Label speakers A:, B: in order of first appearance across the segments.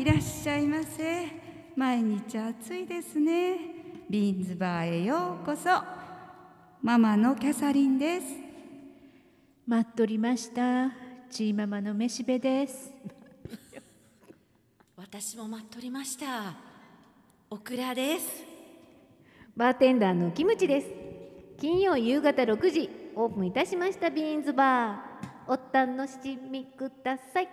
A: いませ毎日暑いですねビーンズバーへようこそママのキャサリンです
B: 待っとりましたちーママのめしべです
C: 私も待っとりましたオクラです
D: バーテンダーのキムチです金曜夕方6時オープンいたしましたビーンズバーお楽しみください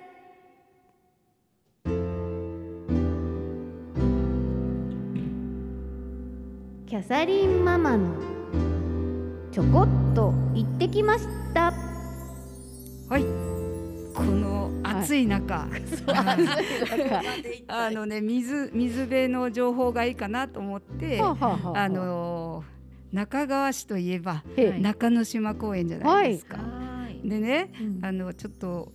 D: キャサリンママのちょこっと行ってきました
A: はいこの暑い中、 あのね水水辺の情報がいいかなと思って、あの中川市といえば
D: え
A: 中之島公園じゃないですか。
C: はい
A: でね、
D: うん
A: あのちょっと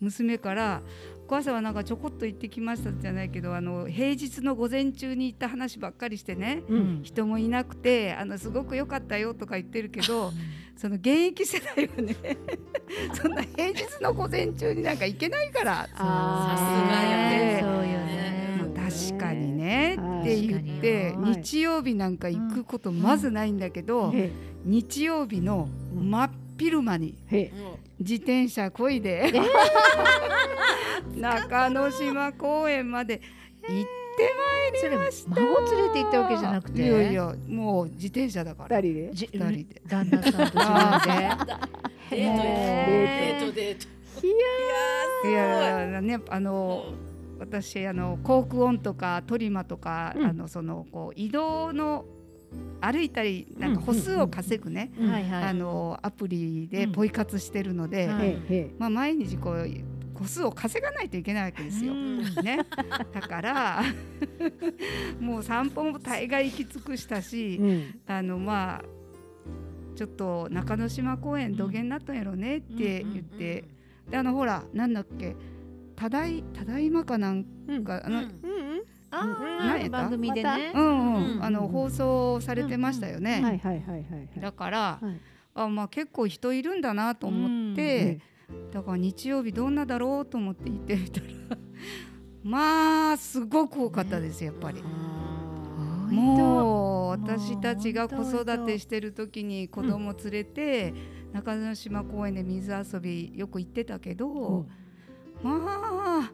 A: 娘から「お母さんはなんかちょこっと行ってきました」じゃないけどあの平日の午前中に行った話ばっかりしてね
D: うん
A: 人もいなくてあのすごく良かったよとか言ってるけどその現役世代はね そんな平日の午前中になんか行けないから
D: あ
A: ー
B: さすがよね
A: まあ確かにね
D: はい
A: って言って
D: 確かにはい
A: 日曜日なんか行くことまずないんだけど
D: え
A: 日曜日の真っ昼間に。
D: え
A: 自転車こいで、 中之島公園まで行って
B: それ
A: した
B: 孫連れて行ったわけじゃなくて
A: いやいやもう自転車だから
D: 二人で
B: じ
A: 二人で
B: 旦那さんと自分で
D: へ
C: デートデートデート
A: いやいやねあの私あのコークオンとかトリマとか、
D: うん
A: あのそのこう移動の歩いたりなんか歩数を稼ぐね、
B: はいはい
A: あのアプリで
B: うん
A: ポイ活してるので、
B: はい
D: ええ
A: まあ毎日こう個数を稼がないといけないわけですよ。
B: うん
A: ね、だから もう散歩も大概行き尽くした
D: え
A: し、
D: うん
A: あのまあちょっと中之島公園どげんなったんやろねって言って、であのほらなんだっけただいただいまかなんか、
C: うん
A: あの
D: うん
B: あ
A: 何やった
B: ー番組でね
A: う、んうん、
C: うん
A: あの放送されてましたよね。
D: うんはいはいはいはいはい
A: だから、
D: はい
A: あまあ結構人いるんだなと思って、だから日曜日どんなだろうと思って行ってみたらまあすごく多かったですやっぱり。
B: 多いと
A: もう私たちが
B: もう
A: 子
B: 本当
A: 育てしてる時に子供連れて中之島公園で水遊びよく行ってたけど、まあ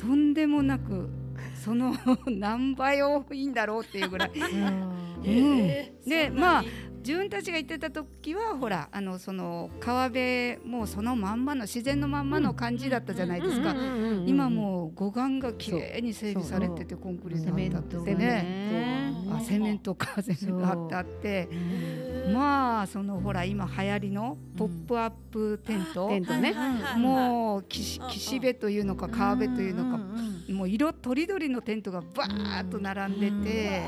A: とんでもなくその 何倍多いんだろうっていうぐらい
B: うん
A: うんでまあ自分たちが行ってた時はほらあのその川辺もうそのまんまの自然のまんまの感じだったじゃないですか。今もう護岸が綺麗に整備されててコンクリー
B: セ
A: ト
B: メ
A: にな
B: ン
A: った
B: ト
A: っ
B: が
A: てね。
B: ね
A: あセメントかセメントあってあってまあそのほら今流行りのポップアップテント、
D: テントね
A: もう岸岸辺というのか川辺というのか、
B: んん
A: もう色とりどりのテントがバーッと並んでて、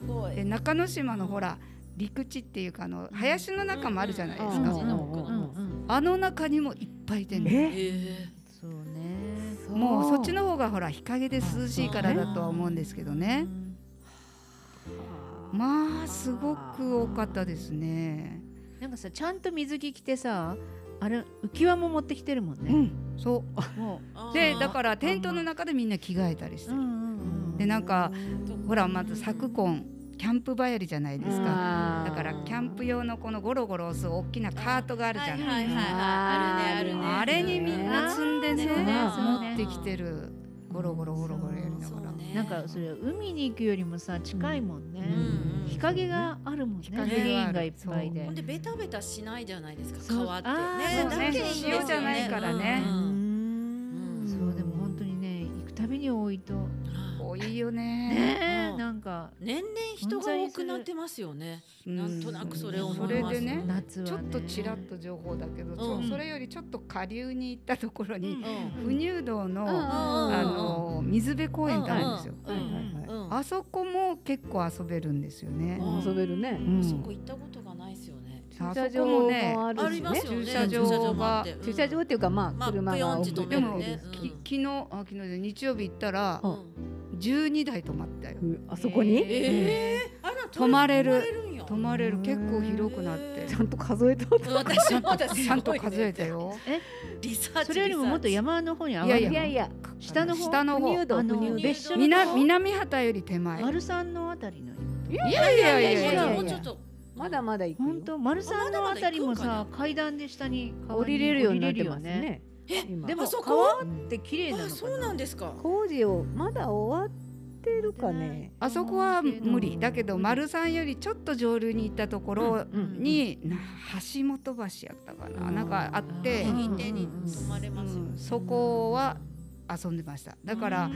C: すごい
A: で中之島のほら陸地っていうかあの林の中もあるじゃないですか、
D: うん
C: うんうんう
B: う
C: ん
B: んうんうん
A: あの中にもいっぱいテント、
D: え
C: え
B: そうね
A: もうそっちの方がほら日陰で涼しいからだとは思うんですけどね、まあすごく多かったですね。
B: なんかさちゃんと水着着てさあれ浮き輪も持ってきてるもん
A: う
B: ね、
A: ん、そう
B: も
C: ー
A: でだからテントの中でみんな着替えたりし
B: う、
A: て
B: う
A: る、
B: んうんうん、
A: でなんか
C: うん
A: ほらまず昨今キャンプ流行りじゃないですか
D: あー
A: だからキャンプ用のこのゴロゴロ押す大きなカートがあるじゃない
C: はいはいはいはいあるねあるね
A: あれにみんな積んでね
B: そうねそうね
A: 持ってきてるゴロゴロゴロゴロやりながら
C: そうね
B: なんかそれ海に行くよりもさ近いもんね、
C: うん
B: 日陰があるもんね
A: 日陰がある
B: グリーンがいっぱいで
C: ほんでベタベタしないじゃないですか川って
B: そうあーそうね
C: だけいいですよね
B: 塩じゃない
A: からね
C: うんうん
D: ん
B: そうでも本当にね行くたびに多いと
A: 多いよね
B: ね
C: う
B: え
C: ん
B: なんか
C: 年々人が多くなってますよね
A: うん
C: なんとなくそれを思
A: そ
C: い
A: れ
C: ます
A: でね
B: 夏はね
A: ちょっとちらっと情報だけど、そ
C: うん
A: それよりちょっと下流に行ったところ
C: う
A: に、
C: んうん
A: 不入道の、
C: うん
A: あの水辺公園ってあるんですよ、
C: うんうんうんうん
A: あそこも結構遊べるんですよね。
C: うん
D: 遊べるね
A: うん
C: あそこ行ったことがないですよね
A: あ
D: 駐車
A: そこ
D: 場
A: も
D: も
A: ね
D: ある
C: あ
D: し
C: りま
D: ね
C: すよね
A: 駐車場が
C: 駐
D: 駐車場っていうかま
C: ま
D: あ
C: あ
D: 車が多く
C: プヨン
A: で
C: ジ止め
A: も、
C: るね
A: き
C: うん
A: 昨日あ昨日じゃない日曜日行ったら
C: うん
A: 12台止まったよ。
D: あそこに
C: ええあら
A: 泊まれる
C: 泊まれるんや
A: 泊まれる結構広くなって
E: ちゃんと数えた後
C: 私も 私
A: ちゃんと数えたよ
C: リサーチ
B: それよりももっと
C: リサーチ
B: 山の方に上が
A: いや
B: る
A: い
B: の
A: や
D: いやいや
B: 下の方
A: 下の方
E: 入道
B: あの
E: 入道
B: 別所の
A: 南南畑より手前
B: 丸さんのあたりの
A: いやいやいやいやい
E: いやいや
A: や
C: もうちょっと
E: まだまだ行くよ
B: 本当丸さんのあたりも
C: あまだまだ行
B: さ階段で下に川に
E: 降りれるようになってま
B: 降
E: す
B: りれるよ
E: ね
C: え
E: 今
B: でも
C: あそこ
B: 川って綺麗なのか
C: あ
B: な
C: そうなんですか
E: 工事をまだ終わってるかね
A: あそこは無理だけど丸さんよりちょっと上流に行ったところにな橋本橋やったかななんかあって
B: うん
C: 右手に泊まれますよ
A: うんそこは遊んでましただから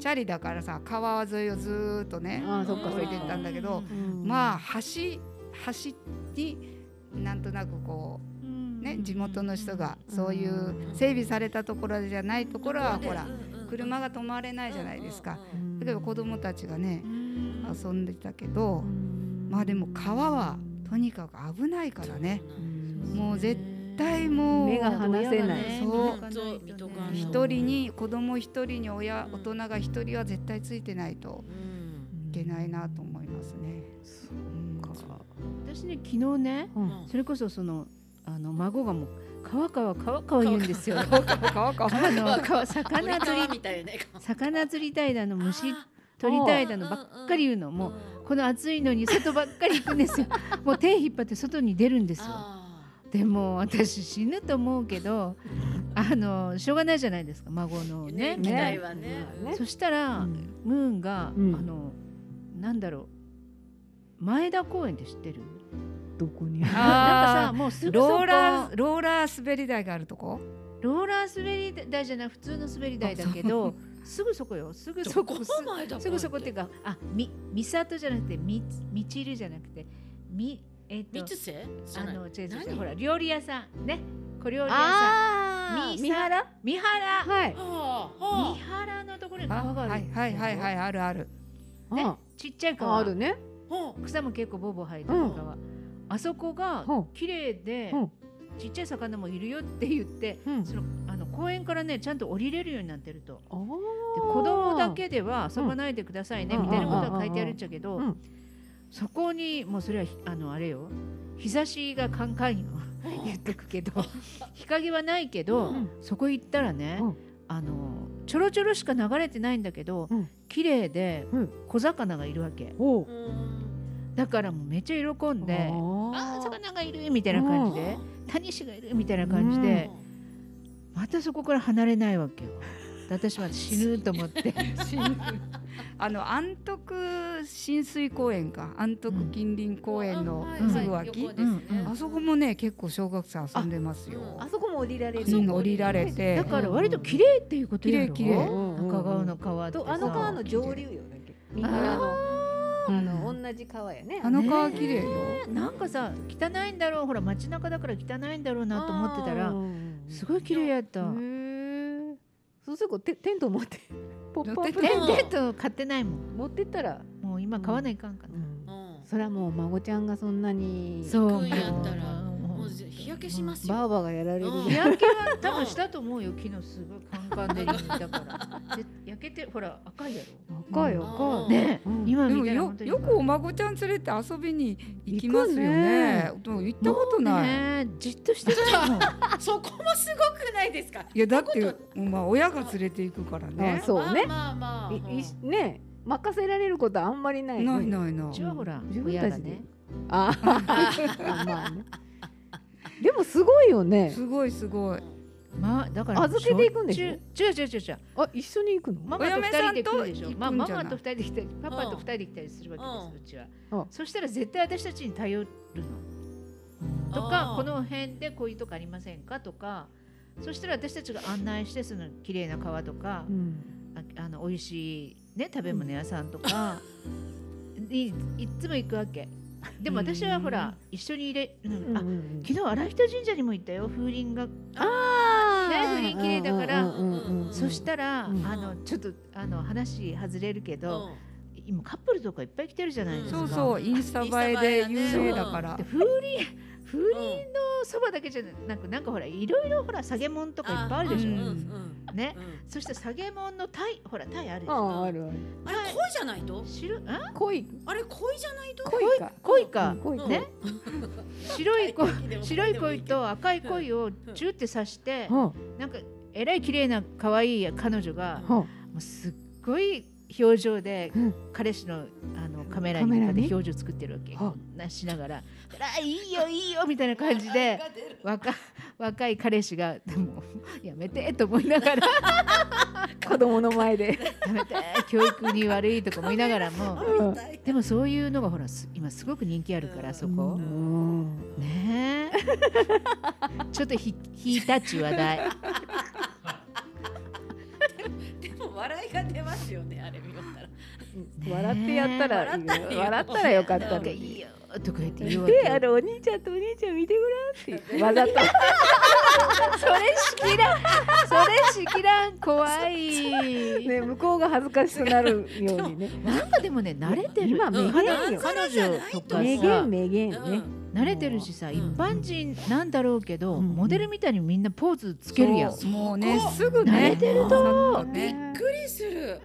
A: チャリだからさ川沿いをずーっとね
E: あーそっかそっか
A: 泳いでったんだけど
E: うん
A: まあ橋橋になんとなくこうね地元の人がそういう整備されたところじゃないところはほら車が止まれないじゃないですかだけど子供たちがね遊んでたけどまあでも川はとにかく危ないからねもう絶対もう
E: 目が離せない
A: そう
C: そう水戸川の
A: 一人に子供一人に親大人が一人は絶対ついてないといけないなと思いますね。うん
B: 私ね昨日ね
E: うん
B: それこそそのあの孫がもう川川川川言うんですよ
A: 川川
B: 川の川魚 釣り
C: みたいね
B: 魚釣りたいだの虫取りたいだのばっかり言うのもうこの暑いのに外ばっかり行くんですよもう手引っ張って外に出るんですよでも私死ぬと思うけどあのしょうがないじゃないですか孫のね
C: ね期待はね
E: ね
B: そしたら、
E: うん
B: ムーンが、
E: うん
B: あのなんだろう前田公園って知ってる
E: どこにあ
B: なんかさ
A: あ
B: もうす
A: ー
B: ぐそこ
A: ローラーローラー滑り台があるとこ
B: ローラー滑り台じゃない普通の滑り台だけどすぐそこよすぐそこすすぐそこっていうかあみ三里じゃなくてみみちるじゃなくてみえっ、
C: 三
B: と
C: つ瀬
B: あの違う違う違う
C: 何
B: ほら料理屋さんね小料理屋さん
D: あ
B: み
D: 三原
B: 三原
E: はい
C: はあ
B: 三
C: は
B: 原のところに
A: あ
B: 川がある
A: はいはいはいはいあるあ る
B: ね
E: あ
B: ちっちゃい
E: あ
B: 川
E: あるね
C: あ
B: 草も結構ボーボー生えてる
E: うん
B: 川、あそこが
E: うん
B: 綺麗で、
E: うん
B: ちっちゃい魚もいるよって言って
E: うん
B: そのあの公園からねちゃんと降りれるようになってると。
E: あー
B: で子供だけでは遊ばないでくださいね、
E: うん
B: みたいなことは書いてあるっちゃけど、
E: うん
B: そこにもうそれはひあのあれよ日差しがカンカンよ言っとくけど日陰はないけど、
E: うん
B: そこ行ったらね、
E: うん
B: あのちょろちょろしか流れてないんだけど、
E: うん
B: 綺麗で
E: うん
B: 小魚がいるわけ
E: おう
B: だからもうめっちゃ喜んで「ああ
E: あー
B: 魚がいる」みたいな感じで「タニシがいる」みたいな感じで、またそこから離れないわけよ。で私は死ぬと思って。
A: あの安徳親水公園か安徳近隣公園の
B: うん
A: すぐ脇
B: すね
A: あそこもね結構小学生遊んでますよ
C: あ
E: あそこも降りられ
C: あそ
E: る
A: う
C: こ
A: ん降りられて
B: だから割と綺麗っていうことやろ。
A: 綺麗綺麗
B: 中川の川ってさ
E: とあの川の上流よね三原のあの同じ川やね
A: あの川綺麗よ
B: なんかさ汚いんだろうほら街中だから汚いんだろうなと思ってたらす
E: い
B: ごい綺麗やった。
E: へえそうするとテテント持ってポップアップ
B: テ
E: テン
B: ン
E: ト
B: テント買ってないもん。
E: 持ってったら
B: もう今買わないかんかな。
E: そりゃもう孫ちゃんがそんなに
B: そう。
C: 行くんやったら
B: も
C: もう日焼けします
E: バ
C: よ
E: ーバーがやられる
C: うん
B: 日焼けは多分したと思うよ昨日すごいカンカン照りにだからぜ焼けてほら赤いや
E: 赤い赤
B: ろ
E: い
B: ねえ
E: うん
B: 今
A: で
B: み
A: も
B: たいな
A: よ
B: 本当に
A: よくお孫ちゃん連れて遊びに行きますよねでも行ったことない
B: ねえじっとしてないもん
C: そこもすごくないですか
A: いやだってまあ親が連れて行くからね
E: あそうね
C: まあまあまあ
E: いいしね任せられることはあんまりない
A: ない
E: い
A: ないな
B: う
A: い
B: ちはほら
E: 自分
B: 親
E: た
B: が
E: ちで
B: ね
E: あ ーまあねでもすごいよね
A: すごいすごい
B: まあだから
E: 預けていくんでし
B: ょ
E: ょ
B: 違う違う違う違う
E: あ一緒に行くの
B: ママと二人で来るで
A: お嫁さんと行くん
B: し
A: じゃな
B: ょ
A: い
B: まあママと二人で来たりパパと二人で来たりするわけですようち
E: う
B: は
E: ん
B: そしたら絶対私たちに頼るのと
C: あ
B: か
C: ー
B: この辺でこういうとこありませんかとかそしたら私たちが案内してその綺麗な川とか
E: うん
B: ああの美味しいね食べ物屋さんとかにいっつも行くわけでも私はほら一緒に入れうんあ
E: うん
B: 昨日荒人神社にも行ったよ風鈴が
E: あ
B: ね風鈴綺麗だから
E: うんうんうんうん
B: そしたら、
E: うん
B: あのちょっとあの話外れるけど、今カップルとかいっぱい来てるじゃないですか。
A: そうそうインスタ映えで有名だから
B: で風鈴風鈴のそばだけじゃなくなんかほらいろいろほら下げもんとかいっぱいあるでしょ。
A: うん
B: ね。そして下げもんの鯛ほら鯛あるでしょ。
E: ああるある
C: あれ恋じゃないと
B: 白ん
E: 恋
C: あれ恋じゃないと
E: 恋か
B: 恋か
E: うん恋
B: ね白い
C: 赤い恋で
B: 恋
C: も
B: 白い恋と赤い恋をチューって刺して
E: は
B: なんかえらい綺麗な可愛い彼女が
E: あは
B: もうすっごい表情で
E: うん
B: 彼氏のあのカメラ
E: カ
B: の
E: メラ
B: 中で
E: に
B: 表情作ってるわけ
E: はあ
B: こんなしながら「あいいよいいよ」みたいな感じ で若若い彼氏がでもやめてと思いながら
E: あ子供の前で
B: やめて教育に悪いとか思いながらも
E: うん
B: でもそういうのがほらす今すごく人気あるからそこ
E: うん
B: ねえちょっとひ引いたっちゅう話題
C: でも笑いが出ますよねあれ見よったら
E: 笑ってやったらいいよ
C: 笑ったらいいよ
E: 笑ったらよかっ
B: な
E: た
B: ん
E: の
B: か
E: に
B: いいよとか言って言うわ
E: で あ
B: け
E: のお兄ちゃんとお兄ちゃん見てごらんってわざと
B: それしきら んそれしきらん怖い、
E: ね向こうが恥ずかしくなるようにね
B: なんかでもね慣れてる
E: 今名言よ
B: 彼女とか
E: 名
B: さ
E: 言名言ね、
B: 慣れてるしさ
C: ん
B: 一般人なんだろうけど、
E: うん
B: モデルみたいにみんなポーズつけるやん
A: そうもうね
C: そこ
A: すぐね
B: 慣れてる
A: と
C: びっくりする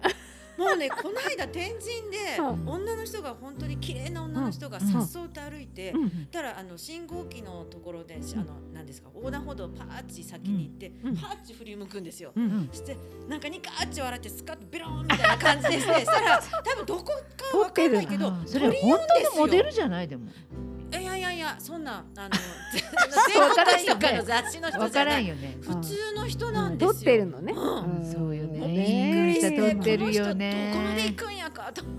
C: もうねこの間天神 で
E: うん
C: 女の人が本当に綺麗な女の人が
B: うん
C: さっそうと歩いて、
B: うん
C: たらあの信号機のところで、あのなんですか横断歩道パーッチ先に行って、
B: うん
C: パーッチ振り向くんですよ。
B: うん
C: してなんかにかーッチ笑ってスカッとベローンみたいな感 じでしてしたら多分どこかわかんないけど
B: あーそ
C: 鳥
B: れ
C: なんです
B: 本
C: よ
B: 当のモデルじゃないでも
C: いやいやいやそんな あの
B: わ
C: 全
B: からんよね
C: 国とかの雑誌の人
B: わ
C: じ
B: か
C: ゃ
B: ら
C: なんい
B: よね
C: 普通の人なんです
E: 撮っ
C: よ。
E: てるのね、
C: うん
E: ん
B: そうよね
E: ね
B: イングリッシュ撮ってるよ
C: この人どこまで行
B: ね
C: くんやかと思っ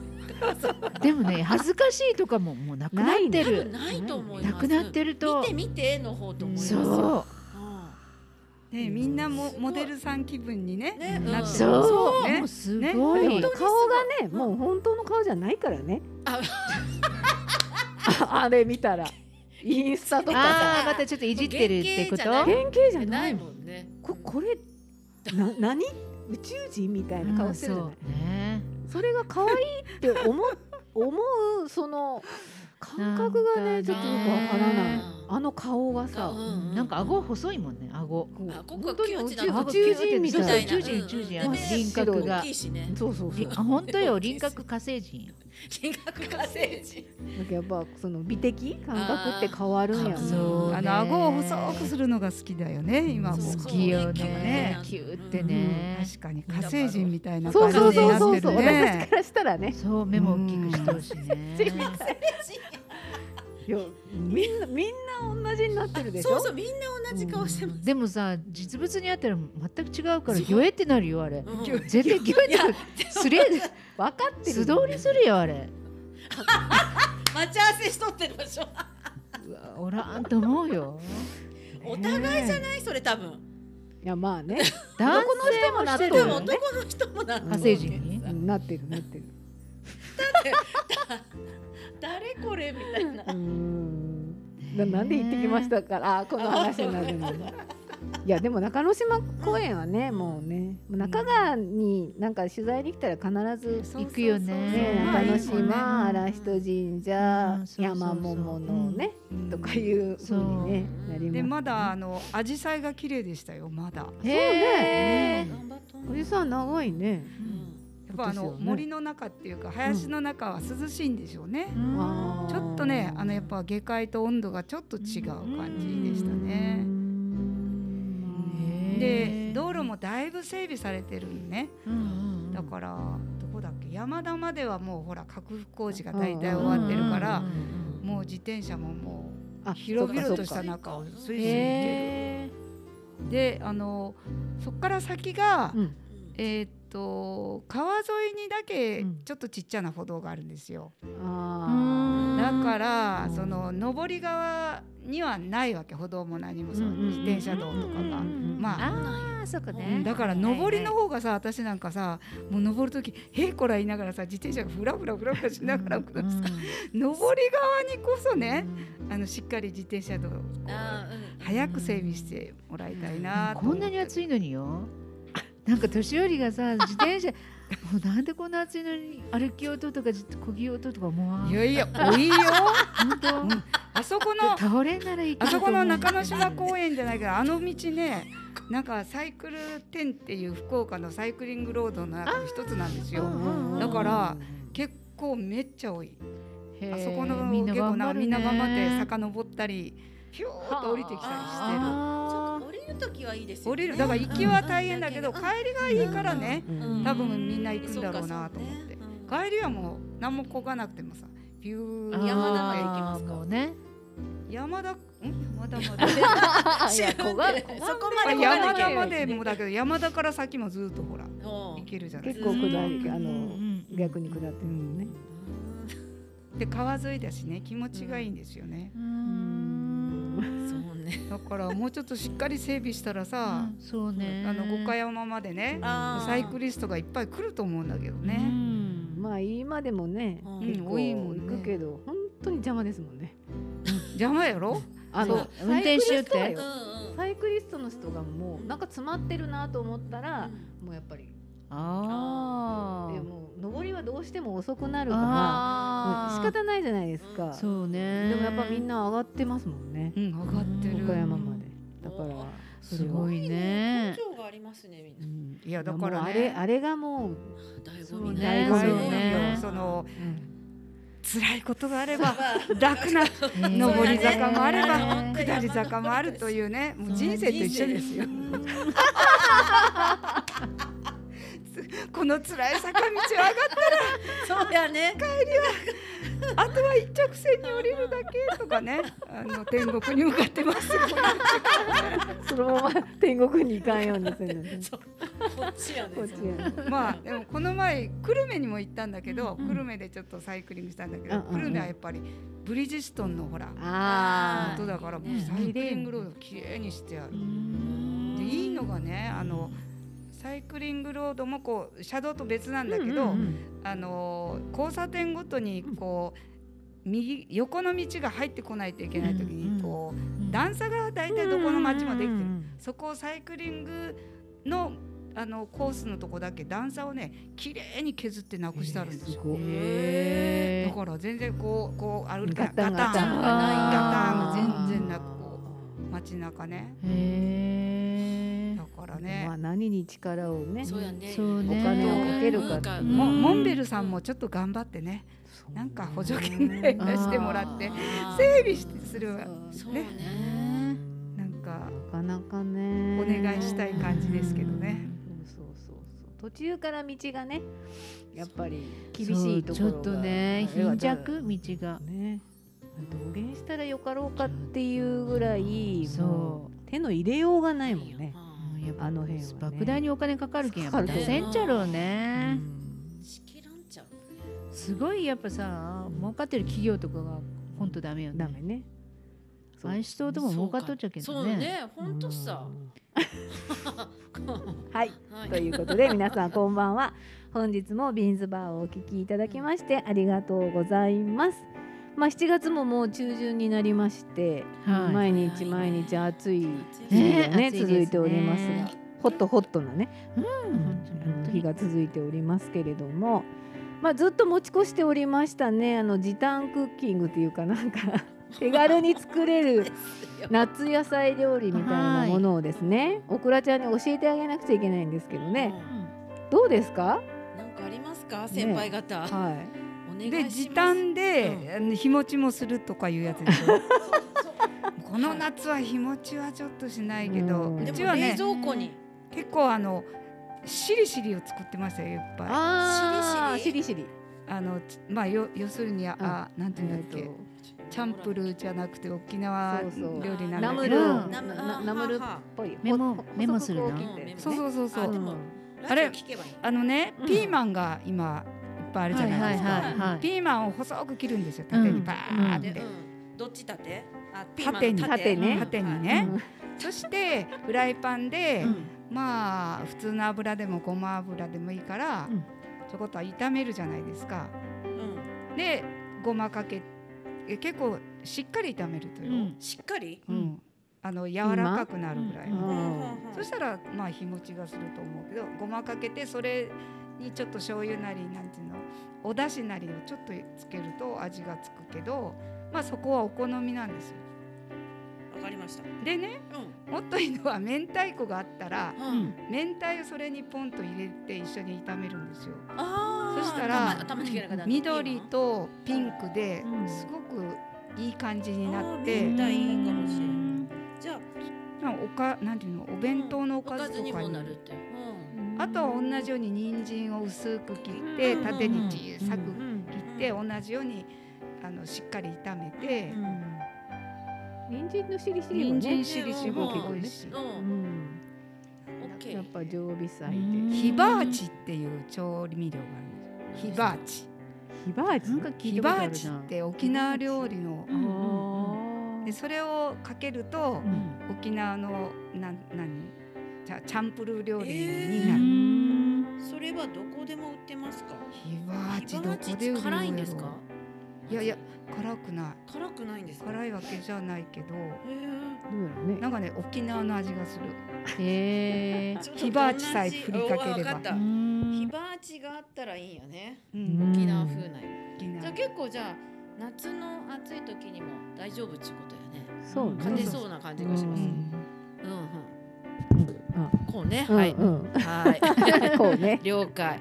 B: でもね恥ずかしいとかももうなくなって
C: て多
B: る
C: 分ないと思います。
B: なくなってると
C: 見て見ての方と思いますよ。
B: そう
A: ねみんなもモデルさん気分にね
C: うんね、
A: な
C: うん、
A: って
B: そう
A: そうね
B: もうすご
E: で
B: い、
E: も
C: 当に
E: 顔がね、
C: うん
E: もう本当の顔じゃないからね
C: あ
E: ああれ見たらインスタとか
B: ああまたちょっといじってるってこ
C: もう原型じゃな
B: と
C: い
E: 原型じゃな
C: ないい
E: もん
C: もんね。
E: ここれな何宇宙人みたいな顔してるじゃな
B: う
E: い、
B: んそうね
E: それが可愛いって思う 思うその感覚が
B: な
E: ね
B: んかね
E: ちょっとよくわからないあの顔が
C: あ
E: さ
C: う
B: なんか顎細いもんね顎
E: こう
C: あここ
E: 本当に
C: キュッ
E: 宇
C: て
E: 宙
C: なって
E: 宇
B: 顎
E: 宙人みたい
B: 宇宙
E: な
B: 人宇宙人あ
E: うん
B: の輪郭
E: 真っ
B: が
C: 大きいしね。
E: そうそうそう
B: あ本当よ輪郭火星人
C: 輪郭火星人。
E: なんかやっぱその美的感覚って変わるんや
C: あ
E: な
C: ーそう
A: あの顎を細くするのが好きだよね今も
B: 好
C: そう
B: きよね
C: ね
B: キューってね
A: 確かに火星人みたいな
E: そ
A: 感
E: う
A: じ
E: そう
A: に
E: そう
A: なっ
E: そ
A: て
E: うそ
A: る
E: う私
A: ね
E: からしたらね
B: そう目も大きくしてほしいね
E: いやみんなみんな同じになってるでし
C: そ
E: ょ
C: うそうみんな同じ顔してます。
B: でもさ実物にあったら全く違うから
C: そう
B: ギョエってなるよあれ
C: うん
B: 絶対ギョエってなるすれ
E: 分かって
B: 素
E: る
B: 通りするよあれ
C: 待ち合わせしとってるでしょ。
B: うわおらんと思うよ
C: お互いじゃ
B: い
C: ないそれ多分。
E: いやまあね
B: 男性もして
E: そう
B: る
C: 多
E: だ
C: 分
E: よ
B: よ
E: ね
C: 男の人もなん
B: 火星人に
E: うんなってるなってる
C: 誰これみたいな。
E: うーんななんで行ってきましたからあこの話になる のねいやでも中之島公園はねもうねもう中川になんか取材できたら必ず
B: 行くよね
E: ね
B: そう
E: 中之
B: そうそう
E: 島荒人神社
B: うんそうそうそう
E: 山桃のねとかいうふうにね
C: そう
E: なります
A: でまだあの紫陽花が綺麗でしたよまだや
E: そう
B: へ
E: ね
C: 頑張っとん
E: お
C: ね
E: じさん長いね
C: うん
A: っぱあ
E: そう
A: の
E: ですよね
A: 森の中っていうか林の中は涼しいんでしょうね
E: あー
A: ちょっとねあのやっぱ下界と温度がちょっと違う感じでしたね
E: うーん
B: へー
A: で道路もだいぶ整備されてるのねだ
B: だ
A: からどこだっけ山田まではもうほら拡幅工事が大体終わってるからもう自転車もも
E: あ
A: う広々とし
E: そ
A: た
E: っか
A: 中をスイスイ行け
B: へ
A: るであのそこから先が、
E: そっかうん
A: えーっと川沿いにだけ
E: うん
A: ちょっとちっちゃな歩道があるんですよ、
E: あ
A: だから
E: うん
A: その上り側にはないわけ歩道も何もその
E: うんうんうん
A: 自転車道とかが。まあ
B: ああそこ
A: う
B: ね
A: んだから上りの方がさ私なんかさもう上る時「へいこら」言いながらさ自転車がフラフラフラフラしながら、上り側にこそねあのしっかり自転車道をこう
C: あーうん
A: 早く整備してもらいたいなと
B: こ
A: 思
B: んなに
A: い
B: 暑いのによなんか年寄り がさ自転車もうなんでこんな暑いのに歩き音とかじ漕ぎ音とか思わん
A: いやいや多 いよ
B: 本当
A: うんあそこの
B: 倒れんならいいけ
A: あ
B: ど
A: そこの中之島公園じゃないけどあの道ねなんかサイクル店っていう福岡のサイクリングロードの中の一つなんです
E: ー
A: よ
B: うん
A: だから結構めっちゃ多い。
B: へー
A: あそこの
B: みんな
A: 結構
B: 頑張
A: な
B: る
A: みんな頑張って
B: ね
A: 遡ったりひゅーっと降りてきたりしてる。
B: あ
C: 降りる時はいいですよ、ね。
A: 降りるだから行きは大変だけど帰りがいいからね
E: うん
A: 多分みんな行くんだろうなと思って帰りはもう何もこがなくてもさビュ
B: ー
A: ー
C: 山田ま
A: っ
C: で
A: て
C: 行きますか
B: もうね
A: 山田ん山田まで
E: あいや小 が
C: そこまで
A: 山田
E: 小
A: ま
E: 金
A: でもだけど山田から先もずっとほら行けるじゃない
E: 結
A: で
E: 構下
B: うん
E: りあ
B: う
E: の
B: んうん
E: 逆に下ってるのね。
A: で川沿いだしね気持ちがいいんですよね
B: うーん
C: そうね。
A: だからもうちょっとしっかり整備したらさ
B: うんそうね
A: あの五箇山までねサイクリストがいっぱい来ると思うんだけど
B: う
A: ね
B: ん
E: まあ今でもね、
C: う
A: うん
C: ん。
E: こ
A: 多
E: う
A: いもんね
E: 行くけど本当に邪魔ですもんね。
A: 邪魔やろ
E: あ
A: そ
E: の
A: う
B: 運転しようって
E: サイクリストだ
C: う
E: よサイ
C: ん
E: クリストの人がもうなんか詰まってるなと思ったら、もうやっぱり、
B: あ
E: で
B: ー
E: もう上りはどうしても遅くなるか
B: あ
E: ら、も
B: ー
E: う仕方ないじゃないですか。
B: そうね
E: でもやっぱみんな上がってますもんね
A: う。ん上がって
B: うん
A: る
E: 岡山まで。だか
C: お
E: ら
B: すごいね
C: 根性がありますねみんな。
A: いやだ
E: も
A: か
E: う
A: ら
E: あれ
A: ね
E: あれがもう、
C: 醍
B: そ
C: 醐
B: う
C: 味
B: ね
E: 醍
A: そ
E: 醐
A: う
E: 味
A: よ
B: ね
A: その
E: うん
A: 辛いことがあれば楽な上り坂もあれば下り坂もあるというねもう人生と一緒ですよ。つこの辛い坂道を上が
C: そうやね。
A: ったあとは一直線に降りるだけとかねあの天国に向かって ます
E: そのまま天国に行かんようにするのね。
C: そうこっち やね。
E: こっちやね
A: まあでもこの前久留米にも行ったんだけど
B: うん
A: 久留米でちょっとサイクリングしたんだけ
E: う
A: ど
E: んうんうん
A: 久留米はやっぱりブリヂストンのほら
E: あ
C: ー
A: 本当だからもうサイクリングロードきれいにしてある。でいいのがねあのサイクリングロードもこう車道と別なんだけど、あの交差点ごとにこう右横の道が入ってこないといけない時
B: うんうん
A: にこう、段差が大体どこの町もできてる、
E: うん
A: そこをサイクリングのあのコースのとこだけ段差をね綺麗に削ってなくしてあるんですよ。
E: ごい
B: へ
A: だから全然こうこう歩き
E: ガタンガタ
A: ガ
E: ン
A: タン
B: あ
A: ガ
B: ー
A: タンが全然なくこう街中ね
B: えへ
A: だからね
E: まあ何に力をね。
C: そうやね。
B: えそう
E: お
B: ね
E: 金をかけるか
C: う
E: っ
C: ん
E: て。
A: も
B: うん
A: モンベルさんもちょっと頑張ってね
E: そう
A: なんか補助金ぐらい出してもらって
C: あー
A: 整備してするわ
C: そう
A: ね
C: ね。
A: なんか
E: なかなかね。
A: お願いしたい感じですけどね。
E: そうそうそうそう。途中から道がね、やっぱり厳しいとこ
B: そう
E: ろ
B: ちょ
E: が
B: っとね
E: あれは
B: 貧
E: だ
B: 弱道が
E: ね。どげんしたらよかろうかっていうぐらい、
B: そう
E: もう手の入れようがないもんね。
B: うんやっぱ
E: あの辺はね
B: 莫大にお金かかるけんやっぱ
E: かかる
B: 出
E: と
B: せんちゃろう
E: う
B: ね
E: ん
C: 仕切らんちゃう。
B: すごいやっぱさ儲かってる企業とかが本当ダメよね
E: ダメね。そう
B: 愛しとでも儲かっとっちゃうけ
C: そ
B: ど
C: う
B: ね
C: ね、本当さ
E: う。ん
C: は
E: はい。 ということで皆さんこんばんは本日もビーンズバーをお聞きいただきましてありがとうございますまあ7月ももう中旬になりまして、
B: はい
E: 毎日毎日暑い
C: ね
E: 日々が
B: ね
E: ね
B: 暑いですね
E: 続いておりますがホットホットなね
B: うん本当
E: あの
B: に
E: 日が続いておりますけれどもまあずっと持ち越しておりましたねあの時短クッキングというかな んか手軽に作れる夏野菜料理みたいなものをですねオクラちゃんに教えてあげなくちゃいけないんですけどね。どうですか？
C: なんかありますか、先輩方。お
E: は
C: 願いします。
A: で時短で、あの日持ちもするとかいうやつでし ょこの夏は日持ちはちょっとしないけど、
E: う
A: うん
C: で
A: ち
C: も
A: は
C: 冷
A: ね
C: 蔵庫に。
A: 結構あのしりしりを作ってましたよいっぱい
E: い。
A: あ
E: あ
C: しり
E: しり。
A: のちまあよ要するにあ、あなんていうんだっけ、
E: えっ
A: チャンプルーじゃなくて沖縄
E: そうそう
A: 料理な
E: と
A: ん
E: ナ
A: だ
E: ム
A: け
E: ル
A: ど
E: を
C: ナ
E: ナ
C: ム
E: ナムルっぽい。
B: メモ
E: ほほ
B: メモするの
E: 細くこう切って
A: そうそうそうそ
C: あ
A: う
C: でも
A: あれ
C: ラジオ聞けばいい。
A: あのね、
E: うん
A: ピーマンが今いっぱいあるじゃないですか、
B: はいはいはいはい
A: ピーマンを細く切るんですよ縦にバーって、
C: で、うん、どっち立て。あ
A: 縦に
E: 縦ね
A: 縦に
E: う
A: ね、
E: ん
A: そしてフライパンで、
C: うん
A: まあ普通の油でもごま油でもいいから、
B: うん
A: ちょこっと炒めるじゃないですか
C: うん
A: でごまかけえ結構しっかり炒めるとよ、うん
C: しっかり。
A: あの柔らかくなるぐらい、
B: うん
E: うん
A: そしたらまあ日持ちがすると思うけどごまかけてそれにちょっと醤油なりなんていうのお出汁なりをちょっとつけると味がつくけどまあそこはお好みなんですよ。
C: わかりました。
A: でね
C: う
A: もっといいのは明太子があったら
C: ん。うん。
A: 明太をそれにポンと入れて一緒に炒めるんですよ。
C: ああ。
A: そしたら
C: 頭できなくなった
A: 緑とピンクで
B: うん
A: すごくいい感じ
C: いい
A: に
C: の
A: なっ
C: あーみ
A: て
C: ん、ないいかもしれないじゃあ
A: まあおかなんていうのお弁当のおか
C: おか
A: ず
C: ず
A: と
C: に
A: か
C: もな
A: に
C: るっていう
A: あとは同じように人参を薄く切って
C: うん
A: 縦に小さ
C: う
A: く
C: ん
A: 切って同じようにあのしっかり炒めて
C: うん
E: 人参のしりしりも
A: 人参
E: ね、
A: しりしりも結構美味しい。
E: う
C: うん
E: ん、
C: オッケ
E: やっ
C: ー
E: ぱ常備菜で、
B: うん
A: ヒバーチっていう調味料があるんですヒバーチ
E: ヒバーチ
B: なんか聞
A: ヒ
B: いたこと
A: バ
B: あ
A: ー
B: る
A: チ
B: な
A: っ。て沖縄料理の
B: うんうん
A: でそれをかけると
B: うん
A: 沖縄のなん何チャチャンプルー料理に
B: う
A: なる、
B: ん
C: それはどこでも売ってますか
A: ヒバーチ
C: ヒ
A: ど
C: バ
A: こ
C: ーチっ
A: で
C: て
A: 売るのやろ
C: 辛いんですか
A: いやいや辛くな
C: 辛くないんで
A: い
C: すか
A: 辛いわけじゃないけど
C: へー
E: どうやろうね
A: な。んかね沖縄の味がする
B: へえ。
C: ちょっと
A: ヒバーチさえ振りかければ
C: 同じおわかった
B: う
C: ヒ
B: ん
C: バーチがあったらいいよね。
A: うん
C: 沖縄風な。
A: 沖縄
C: じゃあ結構じゃあ夏の暑い時にも大丈夫っていうことやね。
E: そうね。
C: 勝てそうな感じがします。
E: う
C: うんん
E: うん
C: うん。こうね。
E: うん
C: はい。
E: うん
C: は
E: こうね
C: い。。 了解。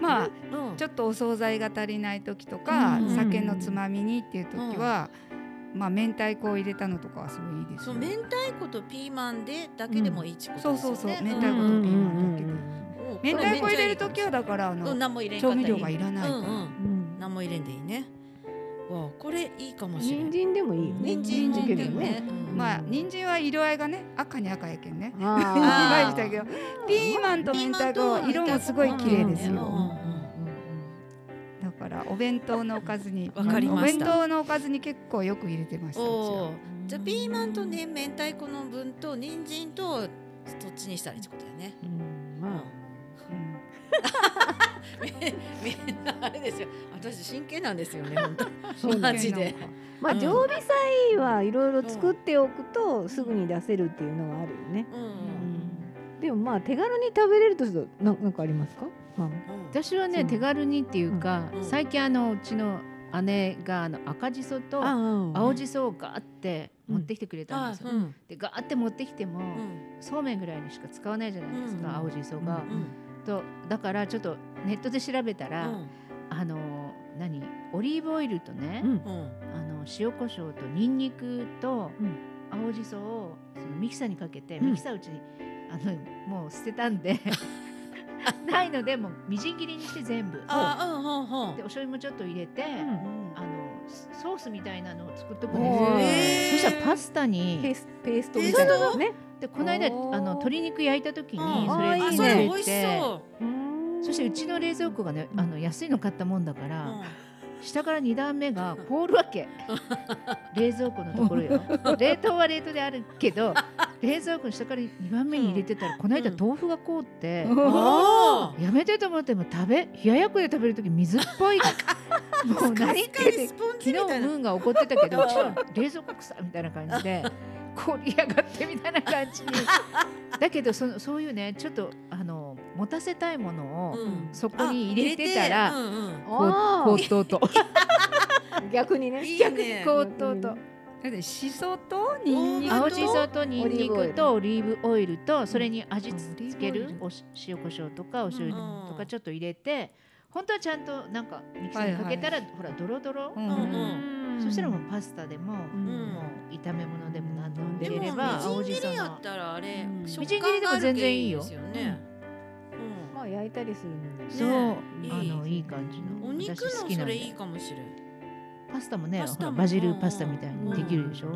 A: まあ
C: うん。
A: ちょっとお惣菜が足りない時とか、
C: うん
A: 酒のつまみにっていう時は、まあ明太子を入れたのとかはすごいいいです
C: そう
A: よ
C: 明
A: ね。
C: 太子とピーマンでだけでもいいってこと
A: そう
C: です
A: そ
C: よ
A: う
C: ね。
A: そう、
C: ん
A: 明太子とピーマンだけで。
C: うん
A: 明太子入れる時はだからあ
C: うん
A: の
C: 何も入れんか
A: 調
C: ったら
A: 味料がいらない。
C: うんうん。
E: うん
C: 何も入れんでいいね。わあこれいいかもしれな
E: 人
C: い。
E: 参でもいいよね。
C: 人参
E: 人
C: も
E: 参
C: いい
E: でもね。。
C: うん
A: まあ人参は色合いがね、赤に赤やけんね。
E: あ
A: いまい
E: あ
A: ちだけど、ピーマンと明太子は色もすごい綺麗です
C: うんうん
A: よ。
E: う
A: だからお弁当のおかずに、
C: わかりまし
A: お弁
C: た
A: 当のおかずに結構よく入れてました。うち
C: お
A: は
C: お。じゃあピーマンとね明太子の分と人参とどっちにしたらいいってことだよね。
E: ん ま
A: うん
C: みみんなあれですよ。私真剣なんですよね本当。
E: あそう
C: マ
E: ね。
C: ジで。
E: まあ常備菜はいろいろ作っておくとすぐに出せるっていうのはあるよね。
C: うん。
E: でもまあ手軽に食べれるとするとななんかありますか？まあ
C: うん
B: 私はね
E: そう
B: 手軽にっていうか、
C: うん
B: 最近あのうちの姉があの赤じそと
E: あ
B: 青じそをガーって持ってきてくれたん
C: あ
B: ですよ。
C: うん
B: でガーって持ってきても、
C: うん
B: そうめんぐらいにしか使わないじゃないですか、
C: うん
B: 青じそが。
C: うん
B: とだからちょっとネットで調べた
C: う
B: ら、
C: ん
B: あの何オリーブオイルとね、
E: うん
C: うん
B: あの塩コショウとニンニクと
E: うん
B: 青じそをそのミキサーにかけて、
E: うん
B: ミキサーうちにあのもう捨てたん でないのでもうみじん切りにして全部
C: あうんうんうん
B: でお醤油もちょっと入れて、
E: うん
B: あのソースみたいなのを作っとくんですよ
E: お
C: へー
B: そしたらパスタ
E: ペー
B: に
E: スペーストみたいなのね。
B: でこの間あ
A: おー
B: の鶏肉焼いた時に
C: うん
B: そ
E: あ
B: れ
E: ー
C: あ
E: いいね
B: に
C: そ
B: 入
C: れ
B: れ
C: 美味してそう
E: ーん
B: そしてうちの冷蔵庫がねあの安いの買ったもんだから。
C: う。うん
B: 下から2段目が凍るわ け冷蔵庫のところよ冷凍は冷凍であるけど冷蔵庫の下から2番目に入れてたら、この間
C: うん
B: 豆腐が凍って、
C: おー
B: やめてと思っても食べ冷ややっこで食べる時水っ ぽいもう何言ってる
C: スポン
B: 昨日
C: ジ
B: ム
C: みたいな。
B: ーンが怒ってたけ どうちは冷蔵庫臭いみたいな感じで凍りやがってみたいな感 じにだけどそのそういうねちょっとあの持たせたいものを、
C: うん
B: そこに入れてた
C: あ
B: ら
C: 入れてうんうん
B: こう
E: あ
B: こうとう とう
E: 逆にね。
C: いいね。
B: こうとうとう。
A: だってしそとニンニク
B: 青
A: と
B: じそとニンニクとオリーブオイルとそれに味付け
A: オリー
B: る
A: ブ
B: おし塩コショウとかお醤油と
C: う
B: か
C: ん
B: ちょっと入れて本当はちゃんとなんかミキサーにかけたらほらドロドロ
A: うん
C: うん
A: うん
C: うん
B: そしたらもうパスタでも
E: うん
B: もう炒め物でも何でも
C: で
B: 入れれ
C: も
B: ば青
C: みじ
B: じ
C: ん切
B: そ
C: りや
B: の
C: ったらあれ
E: うん
C: 食
B: みじん切
C: 感
B: りで
C: が
B: も
C: ある
B: 全
C: け
B: 然
C: い
B: いい
C: い
B: よ
C: ですよね。
E: まあ焼いたりするのに
B: そうあ
C: ねいい
B: のいい感じ
C: うん
B: の
C: お肉
B: 私好
C: の
B: きな
C: そ
B: ん
C: れ
B: で
C: いいかもしれん。へ
B: パスタもね
C: パス
B: ほ
C: タも
B: らバジルパスタみたい
C: うん
B: にできるでしょ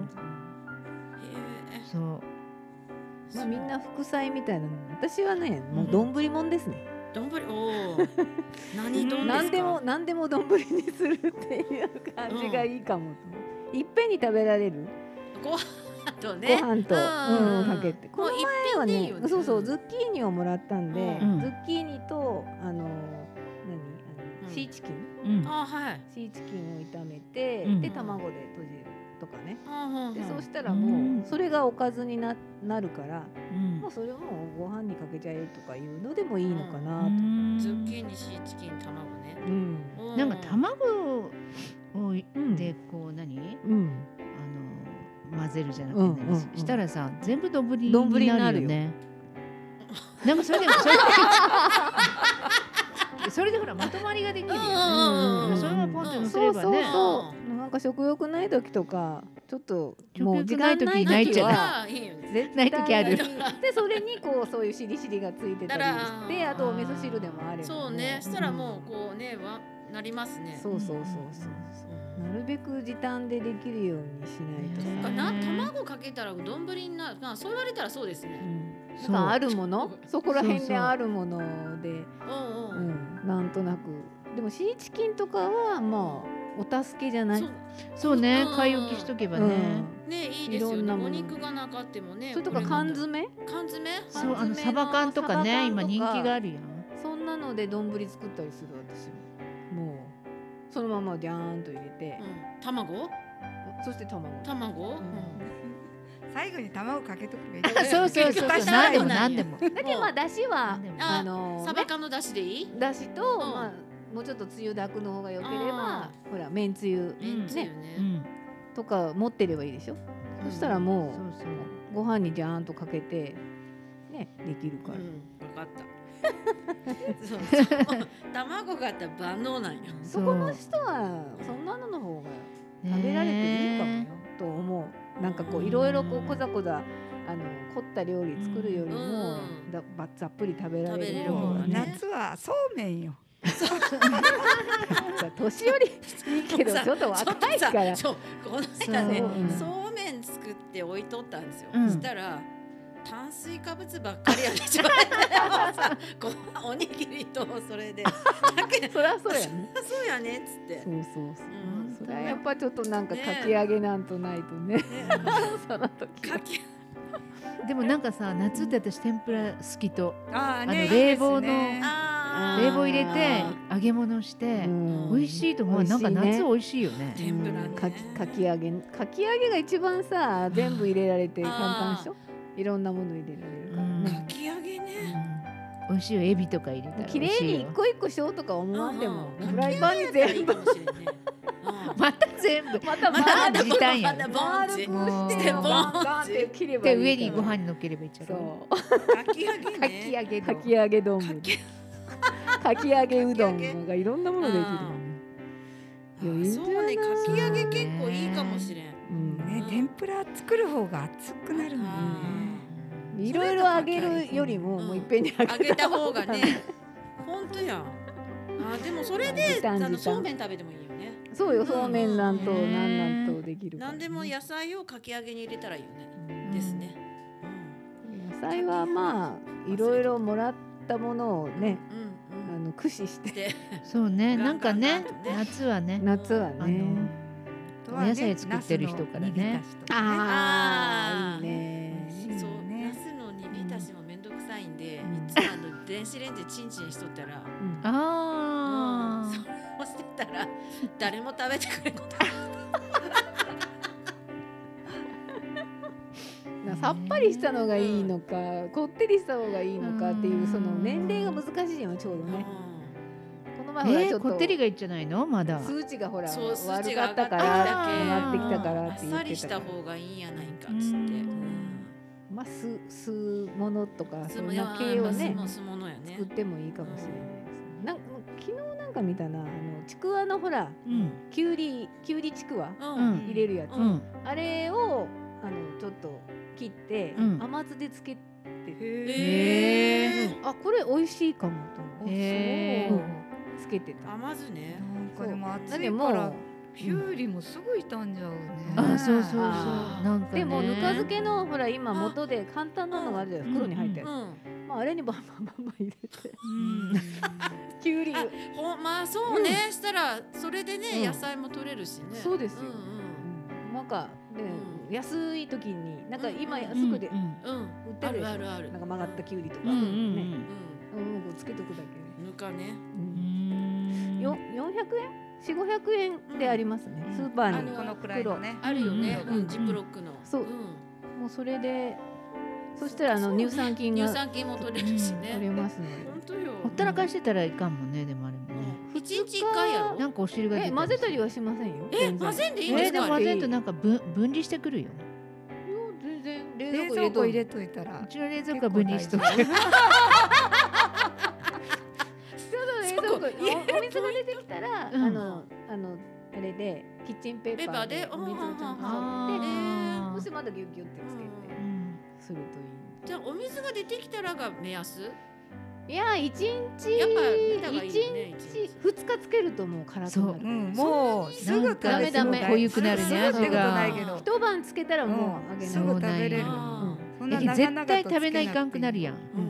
C: え。
B: そう
E: まあみんな副菜みたいなの。私はね、もう丼もんですね。
C: 丼おお。何丼ですか。
E: 何でも何でも丼にするっていう感じがいいかもと思う、いっぺんに食べられる、
C: ご飯とね。
E: ご飯と、
C: うん
E: うんかけてこ
C: もう
E: の
C: 一
E: 前は
C: 品でいい
E: ね
C: よね。
E: そうそうズ
C: ず
E: ッキーニをもらったんで、
C: うん
E: ズッキーニとあの何あの、
C: うん
E: シーチキン
B: うん
C: あはい。
E: シーチキンを炒めて、
B: うん
E: で卵でとじるとかね、
C: うんうんう
E: で
C: ん
E: そうしたら
B: う
E: も
B: ん
E: うそれがおかずにななるから、
B: うん
E: もうそれをもうご飯にかけちゃえとかいうのでもいいのかなと、
C: ズッキーニシーチキン卵ね。
E: うん
C: う
B: なんか卵を
E: うん
B: でこう何
E: うん
B: あの混ぜるじゃなくて、
E: うんうんうん
B: したらさ全部丼に
E: 丼 にな
B: な
E: る
B: る
E: よ
B: よね。なんかそれでもそれで それでほらまとまりができるよね。
E: うんうん
B: そのままポンって乗せ
E: そ
B: れ
E: う
B: ば
E: そう
B: ね。
E: そうなんか食欲ない時とかちょっともう時
B: 食欲な
E: 間
B: い時泣
E: ない時
B: いちゃう
E: は
C: う。いいよね。
E: 絶
B: ない時ある
E: 対 ないでそれにこうそういうしりしりがついてたりし
C: だ
E: て
C: ら
E: あとお味噌汁でもあれば
C: そうね。したらもうこうねわなりますね。
E: そうそうそうそうそうなるべく時短でできるようにしないと
C: なんか
E: さ、
C: な卵かけたら丼になる。まあそう言われたらそうです
E: う
C: ね。
E: ん、なん
B: そう
E: かあるものそこら辺
B: そうそ
E: で
B: う
E: あるもので
C: うん
E: う
C: うん。
E: ん、なんとなくでもシーチキンとかはまあお助けじゃない
C: そう
B: そうね
C: うん。
B: 買い置きしとけば
E: うん
B: ね。
C: ねいいですよ
E: いろん
C: ね。
E: なもの
C: お肉がなかってもね。
E: それとか缶
C: こ
E: 詰
C: れ缶詰？
B: そうあ
E: 缶
B: の
E: 詰
B: サバ缶とかね
E: サ
B: 今
E: バ缶とか
B: 人気があるやん。
E: そんなので丼作ったりする私ももうそのままギャーンと入れて
C: う、ん。卵？
E: そして卵
C: 卵？
E: ん
A: 最後に卵かけとくべ
C: あ
A: き
B: そうそうそうそう。何でも何でも。
E: だけどまあだしは
B: 何でも
C: あ
E: あの
C: サバ缶の出汁でいい？
E: だしと、
C: ん
E: まあもうちょっとつゆだくの方が良ければ
C: あ
E: ほらめんつゆ
C: めんつゆね。
B: うん。
E: とか持ってればいいでしょ、
C: うん
E: そしたら
B: そ
E: も
B: う
E: う
B: そう。
E: ご飯にギャーンとかけてねできるから、
C: うん、分かった。そうそう卵があったら万能なんよ。
E: そこの人はそんなのの方が食べられていいかもよ
B: ね
E: と思うなんかこういろいろこうこざこざあの凝った料理作るよりも、
C: うん
E: だばざっぷり食べられる
C: 食べれる
E: 方
C: 方
E: が
C: が
E: ね
C: ね
A: 夏はそうめんよ
E: さ年寄りいいけ ど
C: さ
E: ちょっと若いか
C: ちょっ
E: ら
C: とさそうこの間ね
E: そううん
C: そうめん作って置いとったんですよ。
B: うん
C: したら炭水化物ばっかりやめちまってさご飯おにぎりとそれで。だけど
E: そりゃそうやね
C: そうやねっつって
E: そ。うそうそう、
C: うん
E: それはやっぱちょっとなんかかき揚げなんとないと ね
C: ね
E: その時
C: かき
B: でもなんかさ夏って私天ぷら好きと
A: あー
B: あの
A: ねいい
B: 冷
A: です
B: 房の
A: ね
C: あー
B: 冷房入れて
E: あ
B: 揚げ物して
E: うん
B: 美味しいと思う
E: 美味
B: なん
E: しい
B: か
E: ね
B: 夏美味しいよね。
C: 天ぷらね
E: うんかきかき揚げかき揚げが一番さ全部入れられて簡単でしょいろんなもの入れられるからね、
C: かき揚げね。
B: 美味しいよエビとか入れたら
E: 綺
B: 美味
E: 麗
B: しい
E: に
B: よ
E: 一個一個しようとか思わんでも、
C: うん
E: フライパンに
C: いい
E: 全
C: か
E: 部
C: もしれんね。うん
B: また全部
E: また
C: ま
B: ま
C: た
B: だ時短や
C: ま
B: ね
C: たボン
E: 丸く
C: チ。
E: して
B: うん
E: バンバンって切れば
B: で
E: いいから
B: 上にご飯にのっければいいじゃん
E: そう
C: かき揚げね。
B: かき揚げの
E: かき揚げ丼
C: かき
E: かき揚げうどんがいろんなものできるもんね
C: 揚
E: いやいい
C: げ
E: んじ
C: そ
E: ゃないう
C: ね、かき揚げ結構いいかもしれん。
E: うん
A: ね天ぷら作る方が熱くなるもんね
E: いろいろ揚げるよりも、
C: うん
E: もういっぺんに揚
C: 揚
E: げ
C: げ
E: た
C: た
E: 方
C: 方
E: が
C: が
E: ね
C: ね。本当やん。あ、でもそれ
E: 時
C: で、あ
E: 短
C: の
E: 時短
C: そうめん食べてもいいよね。
E: そうよそうめんなんと
B: うん
E: なんなんとできるから
C: 何でも野菜をかき揚げに入れたらいいよね。
E: うん
C: ですね。
E: 野菜はまあいろいろもらったものをね
C: うん、う
E: あ
C: ん、うん。
E: の駆使して
C: で、
B: そうねなんかね
C: ガンガンガンとね
B: 夏はね
E: 夏は
B: あ
E: ね
B: の
A: あとはね
B: お野菜作ってる人からね
A: ナスの煮びたしとかね
E: あ
C: あ
E: ー
C: ー
E: いいね
A: 美味し
C: そう、
A: いね
C: ナスの煮浸しもめんどくさいんで、い
E: ん
C: つもあの電子レンジチンチンしとったら。
B: あ
C: もう
B: ー
C: それをしてたら誰も食べてくれなかった
E: なさっぱりしたのがいいのか、こってりした方がいいのかっていううんその年齢が難しいよねちょうどねこの前ほらち
B: えー
E: ょっと、
B: こってりがいいんじゃないのまだ
E: 数値がほら
C: そう
E: 悪
C: 数値
E: か
C: が
E: っ
C: 上がったた
E: か
C: からら
E: 上がってきたから
C: あ
E: って
C: っ
E: 言
C: さ
E: って
C: り
E: た
C: し
E: から
C: た方がいいんやないかっつって
B: うん
E: まあ酢酢ものとかそ
C: そ
E: ん
C: の
E: な系をね
C: 酢ものやね
E: 作ってもいいかもしれないですねなんか昨日なんか見たなあのちくわのほら
B: うん
E: きゅうりきゅうりちくわ
B: うん
E: 入れるやつ、
B: う
C: うん
B: ん
E: あれをあのちょっと切って、
B: うん
E: 甘酢でつけて
C: へえ
E: あこれ美味しいかもと思って
B: へー
A: そう
E: つけてた
C: 甘酢ね
A: なんかでも暑
E: だって
A: い
E: も
A: から
E: う
A: きゅうりもすぐ傷んじゃうね
B: あそうそうそう
E: あー
B: なんかね
E: でもぬか漬けのほら今元で簡単なのがあるじゃない
B: うん
E: 袋に入ったや
C: う
E: つ、
C: ん
E: まあ、あれにバンバンバンバン入れて
A: うん
E: きゅうり
C: あ ほんまあそうねしたらそれでね野菜も取れるしね
E: そうですよ
C: ん
E: なんかね、
C: う
E: 安い時になんか今
C: うん
E: 安
B: うん
E: くで
B: うんうん
C: うんうん
E: 売って
C: あ
E: るでし
C: る
E: ょ
C: あるある
E: なんか曲がったきゅうりとかね、
B: う
E: うんん
C: う
E: うんこうつけとくだけで、
C: んぬかね
B: うん
E: よ400円4500円でありますね、スーパー
A: あ
E: に
A: のこのくらいのね
C: あるよね
E: うん
C: うんジップロックの
E: そうん袋もうそれでそしたらあ
C: そ
E: の
C: うね
E: 乳酸菌
C: 乳
E: が
C: 酸菌も取れるし
E: 取れ
C: ね
E: ますの
C: 本当よ
B: ほったらかしてたらいかんもんねでもあれもね
C: 一日一回やろ
B: なんかお汁が
E: で
B: 出
E: え
B: て
E: 混ぜたりはしませんよ
C: え
E: 全然
C: 混ぜんでいい
B: え
C: んで
B: ー
C: す
B: でも
C: か
B: 混ぜるとなんか分分離してくるよ
E: いや全然冷
A: 冷
E: 蔵庫入
A: 蔵
E: れと
A: 庫入
E: ん
A: れといた
B: う
A: ら
B: ちの冷蔵庫は分離しとく
A: 結構大事
E: ちょっと冷蔵庫そうおお水が出てきたら、
B: うん
E: あのあのあれでキッチンペーパーで
C: ペーパ
E: お
C: ーで
E: 水をちゃんと
B: うんあー
E: 絞ってそしてまだギュッギュッってつけ
B: う
E: て
B: ん
E: するといい。
C: じゃあお水が出てきたらが目安
E: いや一日
C: やっぱ見た方がいいよね
E: 一
C: 一
E: 日
C: 日
E: 二日つけるともう体
B: そう
E: になる。
A: うん、もうすぐ食べ
E: なんかダメダメ
B: 濃ゆくなるね
A: すぐってことないけど
C: 味
E: 一晩つけたらもうあげ
A: す
E: な
A: ぐ
E: い。
A: 食べれる
C: あ
A: そん
B: え
A: な長々
B: 絶
A: と
B: 対食べないかんくなるやん、
C: ーうん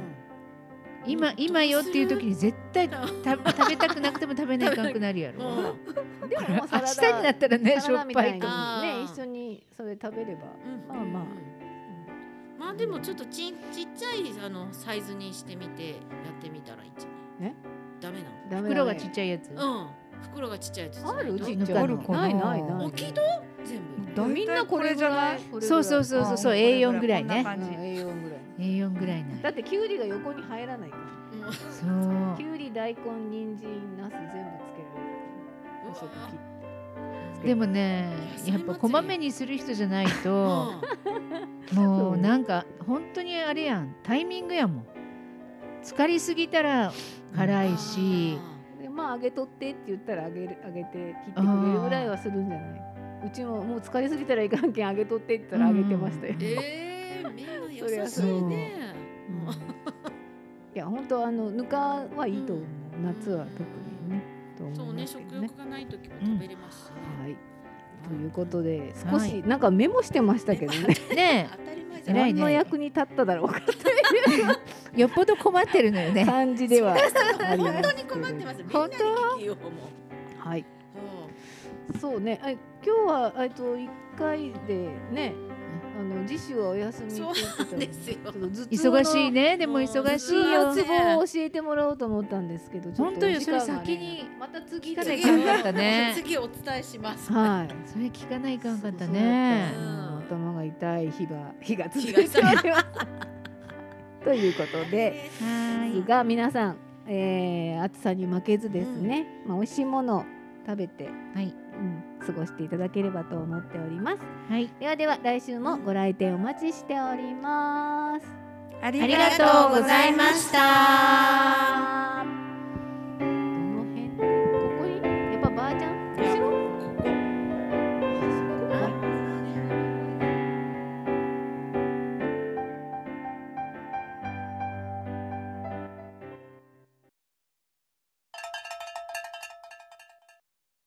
B: 今今よっていう時に絶対た食べたくなくても食べないかんくなるや
C: う
B: ろ
C: ん
E: でもも
B: 明
E: う
B: 日になったらねし
E: サラ
B: ょ
E: ダ
B: っ
E: み
B: ぱ
E: たい
B: いと
E: なね
C: あー
E: 一緒にそれ食べれば。
C: うん
E: まあまあ
C: うんまあでもちょっとちんちっちゃいあのサイズにしてみてやってみたらいいんじゃない
E: え
C: ダメな
E: ダメだね
B: 袋がちっちゃいやつ、
C: のうん袋がちっちゃいやつじゃ
E: あ
C: ないと
E: るちっ
B: の
E: ちゃいの
B: あるか
A: な
E: ないないない。
C: 大きいと全部
A: 大体
E: みんなこれじゃない。
B: そうそうそうそうそう A4 ぐらい
A: こんな
B: ね
E: う
A: 感
E: ん
A: じ
E: A4 ぐらい。
B: A4 ぐらい
E: だ
B: な
E: ってきゅうりが横に入らないから。
C: うんうわ
B: そう
E: きゅうり大根人参ナス全部つけられる。細く切って。
B: でもね
C: 野菜祭り
B: やっぱこまめにする人じゃないと
C: うん
B: もうなんか本当にあれやんタイミングやもん疲れすぎたら辛いし
E: でまあ揚げとってって言ったら揚げる揚げて切ってくれるぐらいはするんじゃないうちももう疲れすぎたらいかんけん揚げとってって言ったら揚げてましたよ、
C: あー
E: い
C: えーみんな
E: そりゃ
C: 優し
E: そう
C: いね うん
E: や本当あのぬかはいいと思う、夏は特にねと思
C: そう
E: い
C: ね
E: ますけ
C: 食
E: どね
C: 欲がない時も食べれますしね
E: はいということで少
B: は
E: し
B: い
E: なんかメモしてましたけどね
B: ね
C: 当たり前じゃん
B: 偉い
E: 何
B: ね
E: の役に立っただろうかと
B: えよっぽど困ってるのよ ね
E: 感じではありますけ
C: 本当
E: れ
C: に
E: ど
C: 困ってますみんな
B: 本
C: に
B: 当
C: 聞きようもう
E: はい
C: うん
E: そうねえ今日はえっと一回でねあの次週はお休みって言ってた
C: そうなんですよ
E: ちょっと頭痛の
B: 忙しいねでも忙しい
E: 頭
B: よ
E: 痛のツボを教えてもらおうと思ったんですけど、ちょっと
B: 本当よ
E: お時間がね
B: それ先に
E: また次
B: 聞かない
E: で
B: かんかったね
C: 次お伝えします。
E: はい。
B: それ聞かないかんかった
E: そう
B: ね
E: そうだった
C: うん
E: 頭が痛い日が日が続い
C: 日
E: てお
C: が
E: り
C: 痛い
E: ます。ということで、
A: はい
E: が皆さん、えー、暑さに負けずですね、まあ美味しいものを食べて、
B: はい
E: うん、過ごしていただければと思っております。
B: はい
E: ではでは来週もご来店お待ちしております。
A: あ
B: ありがとうございました